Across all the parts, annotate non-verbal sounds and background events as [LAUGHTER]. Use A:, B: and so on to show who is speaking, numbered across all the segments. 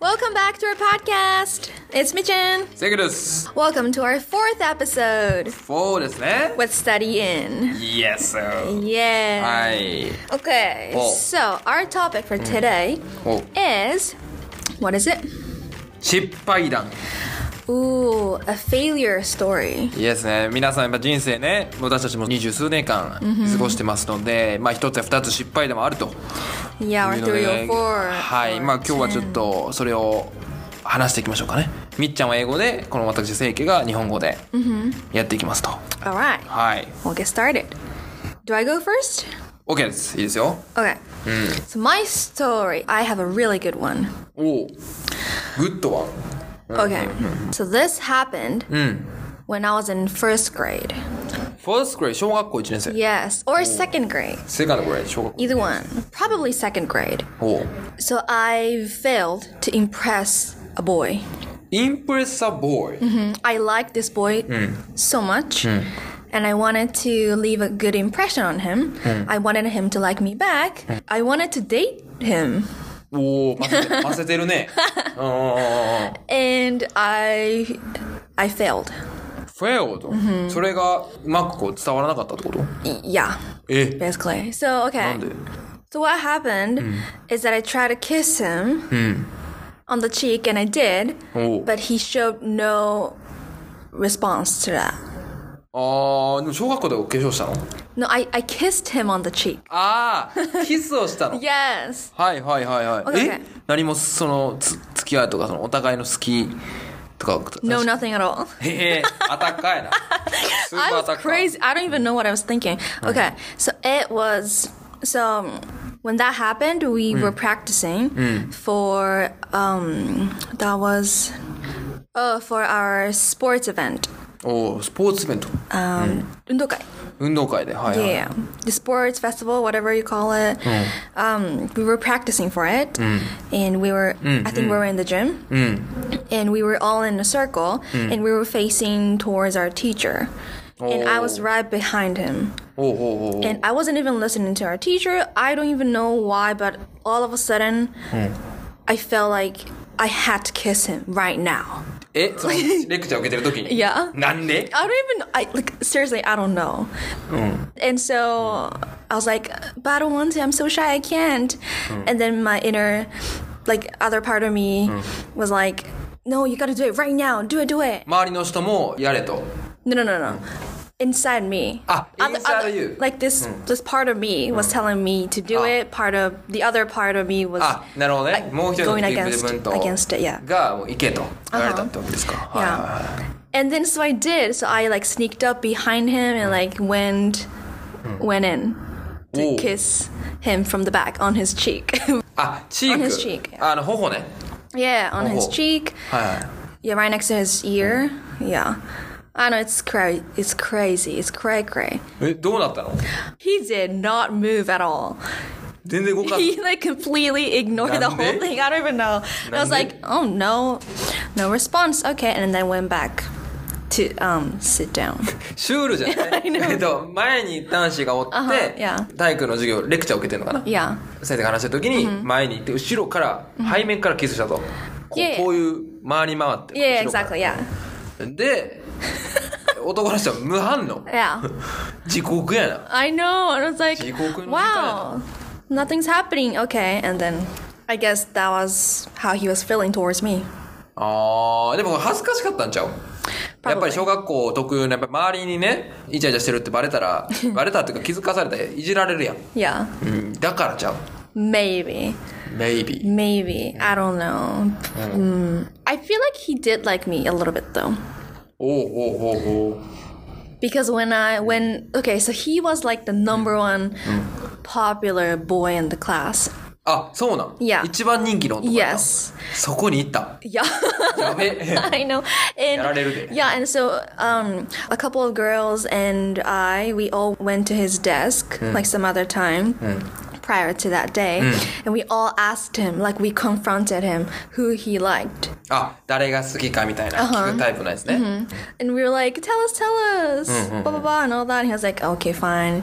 A: Welcome back to our podcast. It's Michin.
B: セグです。
A: Welcome to our fourth episode
B: 4ですね。
A: with Study In.
B: Yes. は
A: Yeah.
B: い。
A: Okay.
B: Oh.
A: So our topic for today
B: お
A: is what is it?
B: 失敗談。
A: Ooh, a failure story.
B: いいですね。皆さんやっぱ人生ね、私たちも二十数年間過ごしてますので、まあ一つや二つ失敗でもあるという
A: Yeah, or
B: ので、
A: three or four.
B: はい。まあ今日はちょっとそれを話していきましょうかね。みっちゃんは英語で、この私聖家が日本語でやっていきますと。
A: All right.
B: はい。
A: We'll get started. Do I go first?
B: OK です。いいですよ。
A: Okay. So my story, I have a really good one.
B: おお。グッドワン。
A: Okay. So this happened when I was in first grade.
B: First grade 小学校一年生。
A: Yes, or second grade.
B: Second grade 小学校。
A: Either one. Probably second grade.
B: おお。
A: So I failed to impress a boy.
B: Impress a boy.
A: I liked this boy so much. And I wanted to leave a good impression on him. I wanted him to like me back. I wanted to date him.
B: おお、ませてませて
A: [LAUGHS]
B: るね。うんうんうんうん
A: And I I failed.
B: failed、それがうまくこう伝わらなかったってこと
A: Y- Yeah,
B: え、
A: basically. So
B: な
A: okay.
B: んで
A: So what happened is that I tried to kiss him on the cheek, and I did,
B: おう
A: but he showed no response to that.
B: ああ、でも小学校でお化粧したの
A: No, I, I kissed him on the cheek.
B: ああ、 [LAUGHS] キスをしたの
A: Yes.
B: はいはいはいはい。
A: Okay,
B: え
A: okay
B: 何もそのつ付き合いとか、そのお互いの好きとか。
A: No, nothing at all.
B: へえ、アタッカーやな。ス
A: [LAUGHS]
B: ー
A: I
B: パーアタッ
A: was
B: カー。
A: crazy. I don't even know what I was thinking. Okay, so it was so when that happened, we were practicing for um that was oh for our sports event.
B: おお、スポーツイベント。
A: Um, 運動会。
B: 運動会で、はい、はい。
A: Yeah, the sports festival, whatever you call it. Um, we were practicing for it, and we were. I think we were in the gym, and we were all in a circle, and we were facing towards our teacher. And I was
B: Oh.
A: right behind him.
B: おうおうおうおう
A: And I wasn't even listening to our teacher. I don't even know why, but all of a sudden, I felt like I had to kiss him right now.
B: え、そのレクチャー受けてる
A: [LAUGHS]
B: 時に。
A: いや
B: なんで
A: I don't even. I like seriously. I don't know.
B: Mm.
A: And so I was like, but I don't want to. I'm so shy. I can't.
B: Mm.
A: And then my inner, like other part of me, was like, no, you gotta do it right now. Do it. Do it.
B: 周りの人もやれと。
A: No, no, no, no. Inside me.
B: Ah,
A: Other-
B: inside
A: other-
B: you. Mm. Ah.
A: Like this. This part of me was telling me to do it. Part of the other part of me was.
B: あなるほどね
A: like
B: もう一人の
A: going
B: 自
A: against
B: 分と
A: against it. Yeah.
B: がもう行けと言われたってことですか、はいはいはい
A: Yeah. And then so I did. So I like sneaked up behind him and like went went in to
B: Ooh.
A: kiss him from the back on his cheek. [LAUGHS]
B: あチー
A: On
B: ク
A: his cheek, yeah.
B: あの頬ね
A: yeah, on his
B: Oh.
A: cheek.
B: はいはい
A: Yeah, right next to his ear. Yeah. I know it's cra- it's crazy. It's cray cray.
B: えどうなったの
A: He did not move at all. [LAUGHS]
B: 全然動かず
A: He like completely ignored the whole
B: Nande?
A: thing. I don't even know. And I was
B: Nande?
A: like, oh no, no response. Okay, and then went back to um sit down. [LAUGHS]
B: シュールじゃない
A: know.
B: えっと前に男子がおって、
A: あはいいや
B: 体育の授業レクチャー受けてるのかな
A: Yeah.
B: 先生が話した時に前に行って後ろから背面からキスしたと、こ
A: いやいうや
B: こういう回り回って、
A: Yeah,
B: 後ろから
A: exactly. Yeah.
B: で男の人は無反応
A: Yeah.
B: 地獄やな
A: I know. And I was like,
B: Jikoku no
A: wow, nothing's happening. Okay. And then I guess that was how he was feeling towards me.
B: あーでも恥ずかしかったんちゃう
A: Probably.
B: やっぱり小学校特有のやっぱ周りにねイチャイチャしてるってバレたら
A: [LAUGHS]
B: バレたっていうか気づかされたらいじられるやん、
A: Yeah.
B: うん、だからちゃう
A: Maybe.
B: Maybe
A: Maybe. I don't know. Mm. I feel like he did like me a little bit though.
B: おうおうおうおう
A: Because when I, when, okay, so he was like the number one popular boy in the class.
B: あそうなん、
A: Yeah.
B: 一番人気の男やった
A: Yes.
B: そこに行った
A: Yeah.
B: やべ
A: [LAUGHS] I know. And
B: やられるで。
A: yeah, and so um, a couple of girls and I, we all went to his desk like some other time. Prior to that day, and we all asked him, like we confronted him, who he liked,
B: あ誰が好きかみたいな聞くタイプなんですね、
A: and we were like, "Tell us, tell us," blah blah blah, and all that. And he was like, "Okay, fine.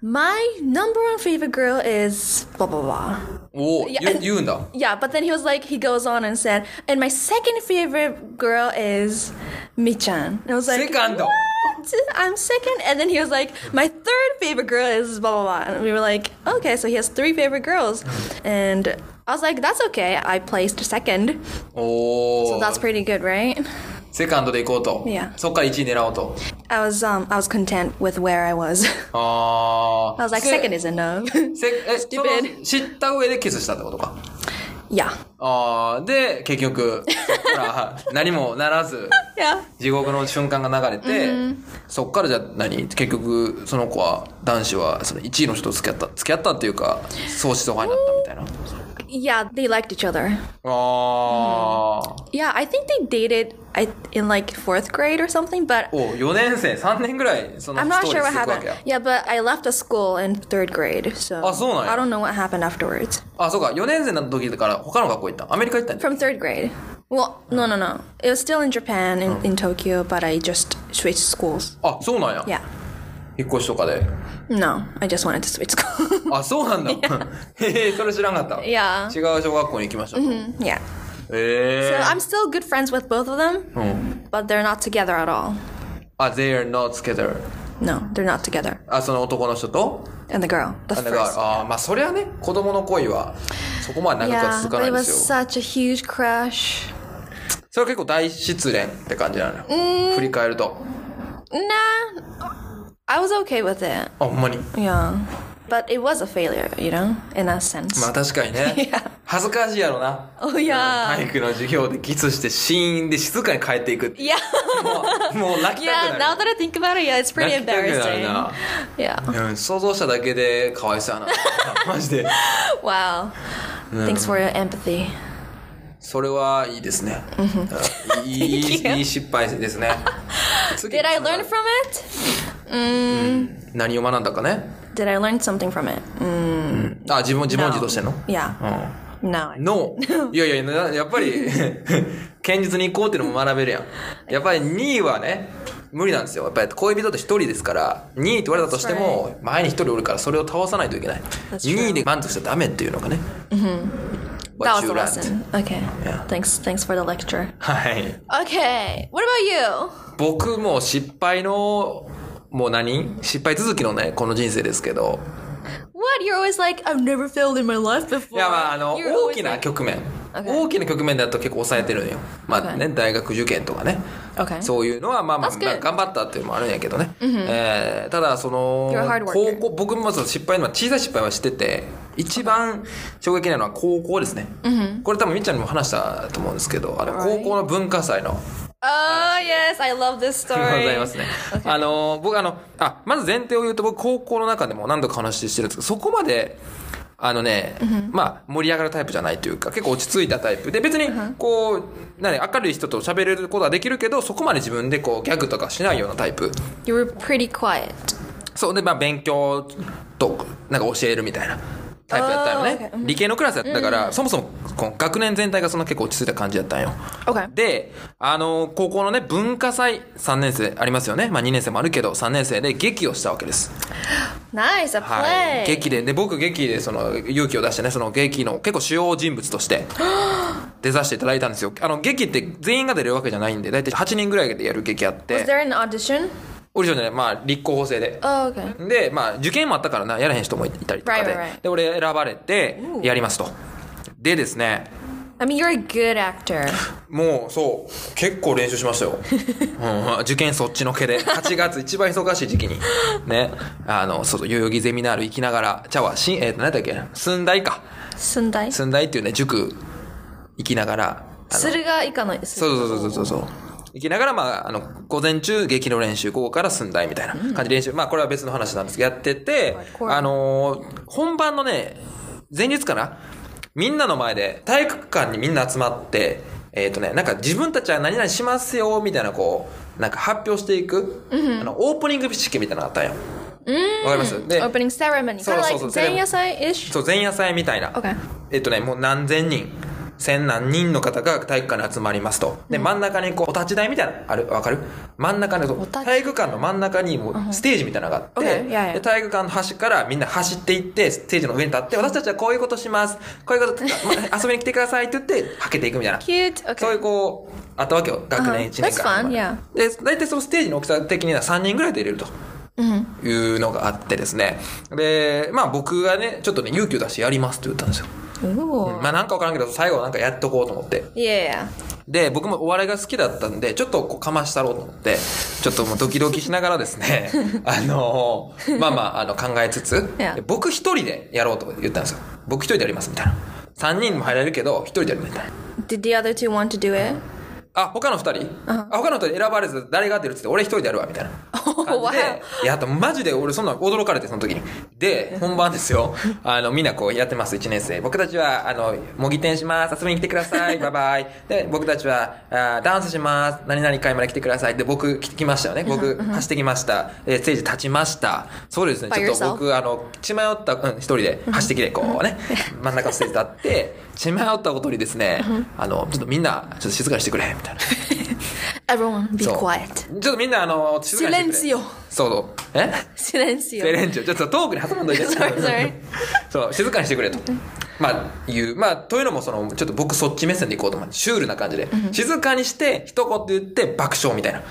A: My number one favorite girl is blah blah blah."
B: おお、
A: いや
B: 言う言うんだ。
A: Yeah, but then he was like, he goes on and said, and my second favorite girl is Michan. And I was like,
B: セカンド
A: what? [LAUGHS] I'm second. And then he was like, my third favorite girl is blah, blah, blah. And we were like, okay, so he has three favorite girls. And I was like, that's okay. I placed second.
B: お
A: So
B: お、
A: that's pretty good, right?
B: セカンドで行こうと。
A: Yeah.
B: そっから1位狙おうと。
A: I was, um, I was content with where I was. [LAUGHS]
B: ああ。
A: I was like,
B: せ
A: second is enough. [LAUGHS]
B: せえ、そ
A: Stupid.
B: の知った上でキスしたってことか。
A: yeah.
B: ああ、で、結局、そっから [LAUGHS] 何もならず、
A: Yeah.
B: 地獄の瞬間が流れて、そっからじゃあ何結局、その子は、男子は、その1位の人と付き合った、付き合ったっていうか、相思相愛になったみたいな。
A: Yeah, they liked each other.
B: ああ。
A: Yeah, I think they dated I, in like fourth grade or something, but
B: お4年生、3年ぐらい、その
A: I'm
B: ス
A: not
B: トー
A: sure
B: リー
A: what
B: 続くわけ
A: happened.
B: や。
A: Yeah, but I left the school in third grade, so
B: あそうなんや
A: I don't know what happened afterwards.
B: あ、そうか、4年生の時だから、他の学校行った。アメリカ行ったんじゃ
A: From third grade. Well, no, no, no. It was still in Japan, in, in Tokyo, but I just switched schools.
B: あ、そうなんや。
A: Yeah.
B: 引っ越しとかで。
A: No, I just wanted to switch [LAUGHS] school.
B: あ、そう
A: [LAUGHS]
B: なんだ。 [LAUGHS] へえ、それ知らんかった。
A: いや
B: 違う小学校に行きましたと。へ
A: yeah.
B: え
A: So I'm still good friends with both of them,
B: うん。
A: but they're not together at all.
B: あ、they are not together.
A: No, they're not together.
B: あ、その男の人と
A: And the girl, the
B: あ、だ
A: first.
B: から、あーまあ、そりゃね、子供の恋は、そこまで長くは
A: Yeah,
B: 続か
A: but
B: ない
A: it
B: で
A: was
B: すよ。
A: such a huge crush.
B: それは結構大失恋って感じなのよ。振り返ると。
A: Nah, I was okay with it.
B: あ、ほんまに。
A: Yeah. But it was a failure, you know, in a sense.
B: まあ確かにね
A: いや。
B: 恥ずかしいやろな。
A: Oh, yeah.
B: 体育の授業でキスしてシーンで静かに帰っていくっ
A: [LAUGHS] [LAUGHS]
B: て。
A: yeah.
B: もうもう泣きた
A: yeah,
B: く
A: now
B: な
A: that I think about it, yeah, it's pretty
B: Not that good,
A: embarrassing.
B: no.
A: Yeah.
B: る。うん、想像しただけで可哀想やな。マジで。
A: Wow. Thanks for your empathy.
B: それはいいですね。うんいい
A: Thank you.
B: いい失敗です [LAUGHS] ね。次
A: Did I learn from it? Mm,
B: 何を学んだかね。
A: Did I learn something from it? Mm,
B: あ、自分、自問
A: no.
B: 自答してんの
A: Yeah.
B: う
A: No.
B: ん。の、いやいやな、やっぱり、 [LAUGHS] 堅実に行こうっていうのも学べるやん。やっぱり2位はね、無理なんですよ。やっぱり恋人って1人ですから、2位って言われたとしても、前に1人おるからそれを倒さないといけない。
A: That's true.
B: 2位で満足しちゃダメっていうのがね。
A: That
B: What
A: was
B: you
A: a
B: learned.
A: lesson. Okay.
B: Yeah.
A: Thanks. Thanks for the lecture.
B: はい。
A: Okay. What about
B: 僕も失敗のもう何失敗続きのねこの人生ですけど
A: you? What? You're always like, I've never failed in my life
B: い
A: before.
B: やまああの
A: You're
B: 大
A: always
B: きな
A: like-
B: 局面
A: Okay.
B: 大きな局面だと結構抑えてるんよまあね大学受験とかね
A: Okay.
B: そういうのはまあまあ
A: That's
B: まあ
A: good.
B: 頑張ったっていうのもあるんやけどねえーただその
A: You're a hard worker.
B: 高校僕もその失敗のは小さい失敗はしてて一番衝撃なのは高校ですねこれ多分みっちゃんにも話したと思うんですけどあの
A: Alright.
B: 高校の文化祭の
A: Oh, yes. I love this [LAUGHS]
B: ありがとう
A: story.
B: ございますね。あの僕あのあまず前提を言うと僕高校の中でも何度か話してるんですけどそこまであのね、まあ盛り上がるタイプじゃないというか結構落ち着いたタイプで別にこう何明るい人と喋れることはできるけどそこまで自分でこうギャグとかしないようなタイプ
A: You were pretty quiet.
B: そうでまあ勉強となんか教えるみたいなタイプやったよ
A: あー
B: ね
A: okay うん
B: 理系のクラスやったから、そもそもこの学年全体がそんな結構落ち着いた感じやったんよ
A: Okay.
B: で、あの、高校のね、文化祭、3年生ありますよね。まあ2年生もあるけど、3年生で劇をしたわけです。
A: Nice. A
B: は
A: play.
B: い。劇で、で、僕劇でその勇気を出してね、その劇の結構主要人物と [GASPS] して出させていただいたんですよ。あの、劇って全員が出るわけじゃないんで、大体8人ぐらいでやる劇あっ
A: Was
B: て、
A: there an audition?
B: オリジナルで、まあ立候補制で。
A: Oh, okay.
B: で、まあ、受験もあったからな、やらへん人もいたりとか
A: Right, right,
B: で
A: right.、
B: で、俺選ばれて、やりますと。でですね、
A: I mean, you're a good actor.
B: もうそう結構練習しましたよ、うん、受験そっちのけで8月一番忙しい時期にねあのそうそう代々木ゼミナール行きながらじゃあしんえーと何だっけ寸大か
A: Sundai.
B: 寸大っていうね塾行きながらあの
A: Surga
B: そうそうそうそうそうそう行きながら、まあ、あの午前中劇の練習午後から寸大みたいな感じで練習、まあこれは別の話なんですけどやってて
A: Hardcore
B: あのー本番のね前日かなみんなの前で体育館にみんな集まってえっ、とねなんか自分たちは何々しますよみたいなこうなんか発表していく、あのオープニング式みたいなのあったんよわ、かりますで
A: Opening ceremony. Kind of like
B: そうそうそう、ceremony。
A: 前夜祭 ish.
B: そう前夜祭みたいな
A: Okay.
B: えっとねもう何千人千何人の方が体育館に集まりますと。で、真ん中にこう、お立ち台みたいな、ある、わかる真ん中に、
A: 立ち
B: 体育館の真ん中にもうステージみたいなのがあって、
A: Okay, yeah, yeah.
B: で体育館の端からみんな走っていって、ステージの上に立って、私たちはこういうことします。こういうこと、ま遊びに来てくださいって言って、はけていくみたいな。
A: [LAUGHS] Cute.
B: そういう
A: Okay.
B: こう、あったわけよ。学年
A: Uh-huh.
B: 1年
A: That's fun,
B: 間。
A: yeah.
B: で、大体そのステージの大きさ的には3人ぐらいで入れると。
A: Mm-hmm.
B: いうのがあってですね。で、まあ僕がね、ちょっとね、勇気を出してやりますって言ったんですよ。
A: Ooh.
B: まあなんかわからんけど、最後はなんかやっとこうと思って。
A: Yeah.
B: で、僕もお笑いが好きだったんで、ちょっとこうかましたろうと思って、ちょっともうドキドキしながらですね、あのーまあまあ、あの、考えつつ、
A: Yeah.
B: で僕一人でやろうと言ったんですよ。僕一人でやりますみたいな。3人も入れるけど、一人でやるみたいな。
A: Did the other two want to do it?
B: あ、他の二人、あ他の二人選ばれず誰が出るっつって俺一人でやるわみたいな
A: Oh,
B: 感じ
A: wow.
B: で。いや、あとマジで俺そんな驚かれてその時に。で、本番ですよ。あの、みんなこうやってます、1年生。僕たちは、あの、模擬店します。遊びに来てくだ
A: [LAUGHS]
B: さい。バイバイ。で、僕たちは、あーダンスします。何々会まで来てください。で、僕来来ましたよね。僕走ってきました。で、ステージ立ちました。そうですね。
A: By
B: ちょっと
A: yourself?
B: 僕、あの、血迷った、うん、一人で走ってきて、
A: [LAUGHS]
B: こうね、真ん中のステージ立って、血迷ったことにですね、あの、ちょっとみんな、ちょっと静かにしてくれ、みたいな。
A: Everyone, be
B: そう
A: quiet. [LAUGHS]
B: ちょっとみんな、あの、静かにしてくれ。
A: シレンシオ
B: そうそう。えセ
A: Silencio.
B: レンジオ。ちょっと遠くに挟まんどい [LAUGHS] て。
A: Sorry, sorry.
B: そう、静かにしてくれと。まあ、いう。まあ、というのも、その、ちょっと僕そっち目線でいこうと思って、シュールな感じで。静かにして、一言言って爆笑みたいな。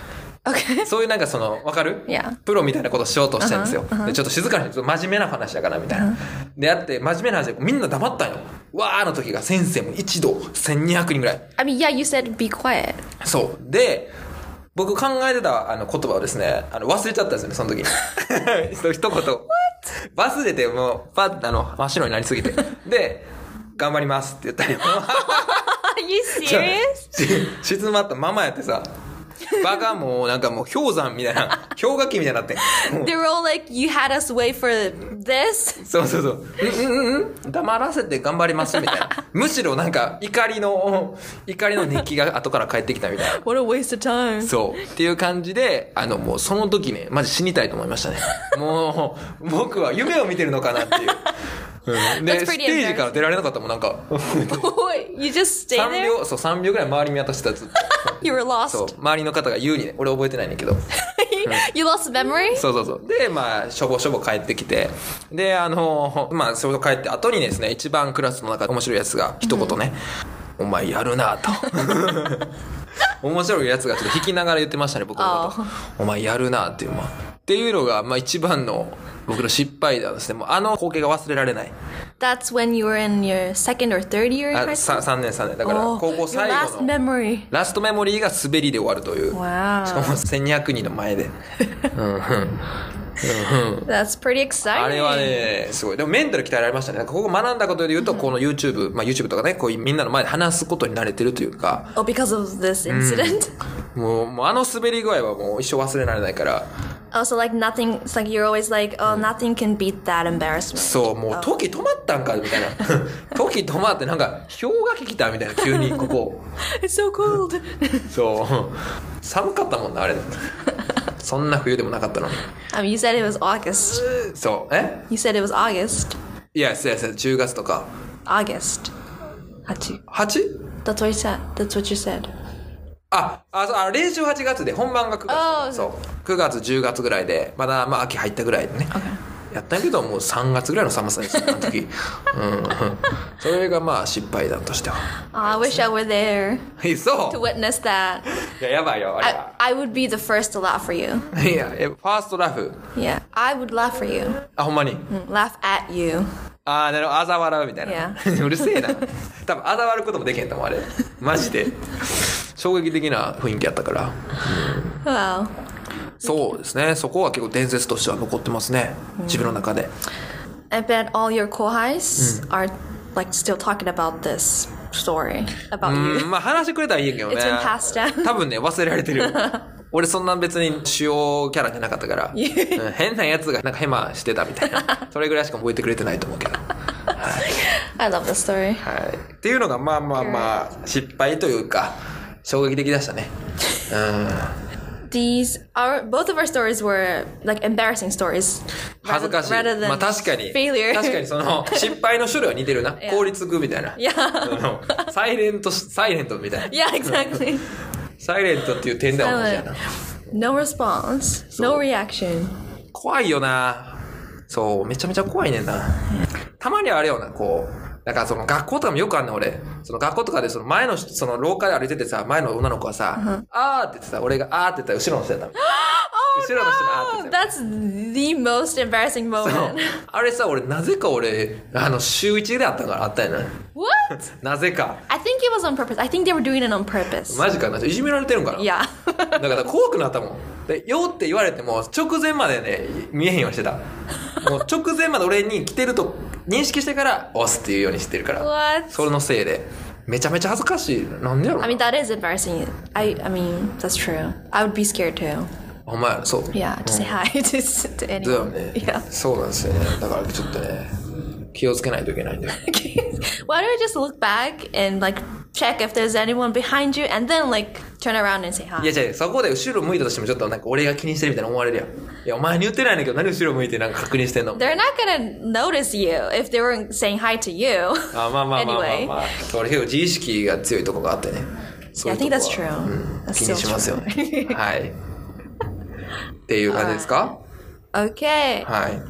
A: Okay.
B: そういうなんかその、わかる
A: Yeah.
B: プロみたいなことしようとしてるんですよ。
A: Uh-huh, uh-huh.
B: でちょっと静かに、ちょっと真面目な話だから、みたいな。で、やって、真面目な話で、みんな黙ったんよ。わーの時が先生も一度1200人ぐらい。
A: I mean, yeah, you said be quiet.
B: そう。で、僕考えてたあの言葉をですね、あの忘れちゃったんですよね、その時に。一一言。バス出て、もう、パッ、あの、真っ白になりすぎて。で、頑張りますって言った
A: [LAUGHS]
B: ら、
A: Are you
B: し [LAUGHS] 静まったままやってさ、バカもうなんかもう氷山みたいな、氷河期みたいになって。もう
A: They were all like, you had us wait for this.
B: そうそうそう。うんうんうん。黙らせて頑張りますみたいな。むしろなんか怒りの、怒りの熱気が後から返ってきたみたいな。
A: [LAUGHS] What a waste of time.
B: そう。っていう感じで、あの、もうその時ね、マジ死にたいと思いましたね。もう、僕は夢を見てるのかなっていう。うん、で、
A: That's pretty
B: ステージから出られなかったもん、なんか。
A: [LAUGHS] Wait, you just stay
B: 3
A: there?
B: 秒、そう、3秒ぐらい周り見渡してたずっと
A: You were
B: そう
A: lost.、
B: 周りの方が言うにね、俺覚えてないねんだけど。
A: [LAUGHS] you lost memory?
B: そうそうそう。で、まあ、しょぼしょぼ帰ってきて。で、あの、まあ、それを帰って後にですね、一番クラスの中で面白いやつが、一言ね、お前やるな
A: [LAUGHS]
B: と。面白いやつがちょっと引きながら言ってましたね、僕のこと
A: あ。
B: お前やるなっていう、まあ。っていうのが、まあ一番の僕の失敗談ですね。もうあの光景が忘れられない。
A: That's when you were in your second or third year in
B: あ
A: high
B: さ
A: school?
B: 3年3年。だから、
A: Oh,
B: 高校
A: your
B: 最
A: last
B: 後の。
A: memory.
B: ラストメモリーが滑りで終わるという。し [LAUGHS] かも
A: Wow.
B: 1200人の前で。
A: That's pretty
B: あ
A: exciting.
B: れはね、すごい。でもメンタル鍛えられましたね。なんかここ学んだことで言うと、この YouTube、まあ YouTube とかね、こうみんなの前で話すことに慣れてるというか、
A: Oh, because of this incident? [LAUGHS]
B: もう、もうあの滑り具合はもう一生忘れられないから、
A: Also, like nothing. It's like you're always like, oh, nothing can beat that embarrassment.
B: そう、もう時止まったんか、みた [LAUGHS] いな。時止まってなんか、氷河期来たみたいな、急にここ。
A: [LAUGHS] It's so [LAUGHS] cold.
B: そう。寒かったもんな、あれ。そんな冬でもなかったのに。
A: I mean, Um, you said it was August.
B: そう。え
A: You said it was August.
B: いや、そうや、そうや、10月とか。
A: August. Hachi.
B: 8?
A: That's what you said. That's what you said.
B: あ、あ、そう、あ、練習8月で、本番が9月とか。
A: あー
B: そう。9月、10月ぐらいで、まだ、まあ、秋入ったぐらいでね。やったけど、もう3月ぐらいの寒さです、あの [LAUGHS] 時。うん。それが、まあ、失敗談と [LAUGHS] しては。
A: Oh, I wish I were there
B: いっそ
A: to witness that.
B: いや、やばいよ、あれ
A: I,
B: は。
A: I would be the first to laugh for you.
B: いや、えファーストラフ。
A: Yeah, I would laugh for you.
B: あ、ほんまに。
A: Mm, Laugh at you.
B: ああ、なるほど、あざ笑うみたいな。 [LAUGHS] うるせえな。多分、あざ笑うこともできへんと思う、あれ。マジで。衝撃的な雰囲気やったから。
A: Wow.
B: そうですね。そこは結構伝説としては残ってますね。自分の中で。
A: I bet all your kohais are like still talking about this story about
B: う
A: you. [LAUGHS]
B: ん、まあ話してくれたらいいけどね
A: It's been passed down.。 [LAUGHS]
B: 多分ね、忘れられてる。俺そんな別に主要キャラじゃなかっ
A: [LAUGHS]
B: たから、うん変なやつがなんかヘマしてたみたいな。それぐらいしか覚えてくれてないと思うけど。
A: I love this story.
B: はい。っていうのが、まあまあまあ、失敗というか、衝撃的でしたね。うん。
A: these our both of our stories were like embarrassing stories
B: 恥ずかしい。
A: rather than
B: まあ確かに。
A: failure [LAUGHS]
B: 確かにその、失敗の種類は似てるな。
A: Yeah.
B: 効率具みたいな。
A: Yeah. [LAUGHS]
B: そのサイレント、サイレントみたいな。
A: yeah exactly
B: サイレントっていう点では同じやな。
A: no response no reaction
B: 怖いよな。そう、めちゃめちゃ怖いねんな。たまにはあれよな、こう。だからその学校とかもよくあんねん俺。その学校とかでその前の人、その廊下で歩いててさ、前の女の子はさ、あーって言ってさ、俺が [GASPS] あーって言ったら後ろの人やったの。後ろの人があーって言っ
A: oh
B: てた。
A: that's the most embarrassing
B: そう
A: moment [LAUGHS]
B: あれさ、俺、なぜか俺、あの、週1であったから、あったやな。
A: what
B: なぜか。
A: I think it was on purpose I think they were doing it on purpose
B: マジかな。いじめられてるんかな。
A: yeah [LAUGHS]
B: だから怖くなったもん。で、よって言われても、直前までね、見えへんようにしてた。もう直前まで俺に来てると認識してから、押すっていうようにしてるから。
A: What?
B: それのせいで。めちゃめちゃ恥ずかしい。なんでやろ
A: I
B: な
A: mean that is embarrassing I I mean that's true I would be scared too
B: お前、そう。
A: yeah to say hi [LAUGHS] to, to
B: だよ
A: anyone
B: ね。
A: [LAUGHS] yeah
B: そうなんですよね。だからちょっとね、気をつけないといけないんだよ。
A: Why don't I just look back and like check if there's anyone behind you and then like turn around and say
B: い
A: hi?
B: や、じゃそこで後ろ向いたとしても、ちょっとなんか俺が気にしてるみたいな思われるやん。いや、お前に言ってないんだけど、何後ろ向いてなんか確認してんの
A: They're not gonna notice you if they weren't saying hi to you.
B: あまあまあまあまあ、ま
A: [LAUGHS] anyway,
B: あ、俺結構自意識が強いとこがあってね。そう
A: yeah,
B: い
A: I
B: うと
A: think
B: こは
A: that's true.
B: 気
A: That's
B: にしますよ
A: still
B: ね
A: true.
B: はい。っていう感じですか
A: [LAUGHS] okay.
B: はい。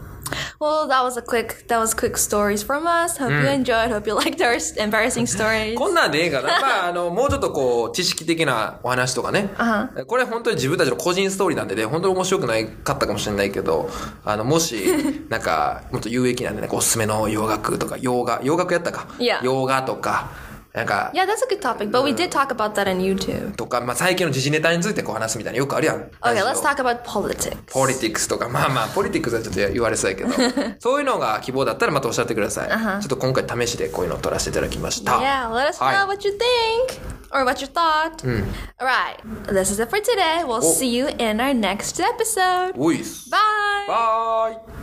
A: Well, that was a quick that was quick stories from us. Hope you enjoyed. Hope you liked our embarrassing stories.
B: こんなんでええかな。まあ、あの、もうちょっとこう、知識的なお話とかね。これ本当に自分たちの個人ストーリーなんでね、本当に面白くないかったかもしれないけど、あの、 [LAUGHS] もし、なんか、もっと有益なんでね、こうおすすめの洋楽とか、洋画、洋楽やったか。
A: いや
B: 洋画とか、なんか、
A: Yeah, that's a good topic. But we did talk about that on YouTube.
B: とか、まあ、最近の時事ネタについてこう話すみたいなよくあるやん。
A: Okay,
B: ラジ
A: let's
B: オ
A: talk about politics.
B: ポリティクスとか、まあまあ、ポリティクスはちょっと言われそうやけど、そういうのが希望だったらまたおっしゃってください。ちょっと今回試しでこういうのを撮らせていただきました。
A: Yeah, let us
B: Hi.
A: know what you think or what you thought. All right, this is it for today. We'll see you in our next episode.
B: おいっす
A: Bye.
B: バイ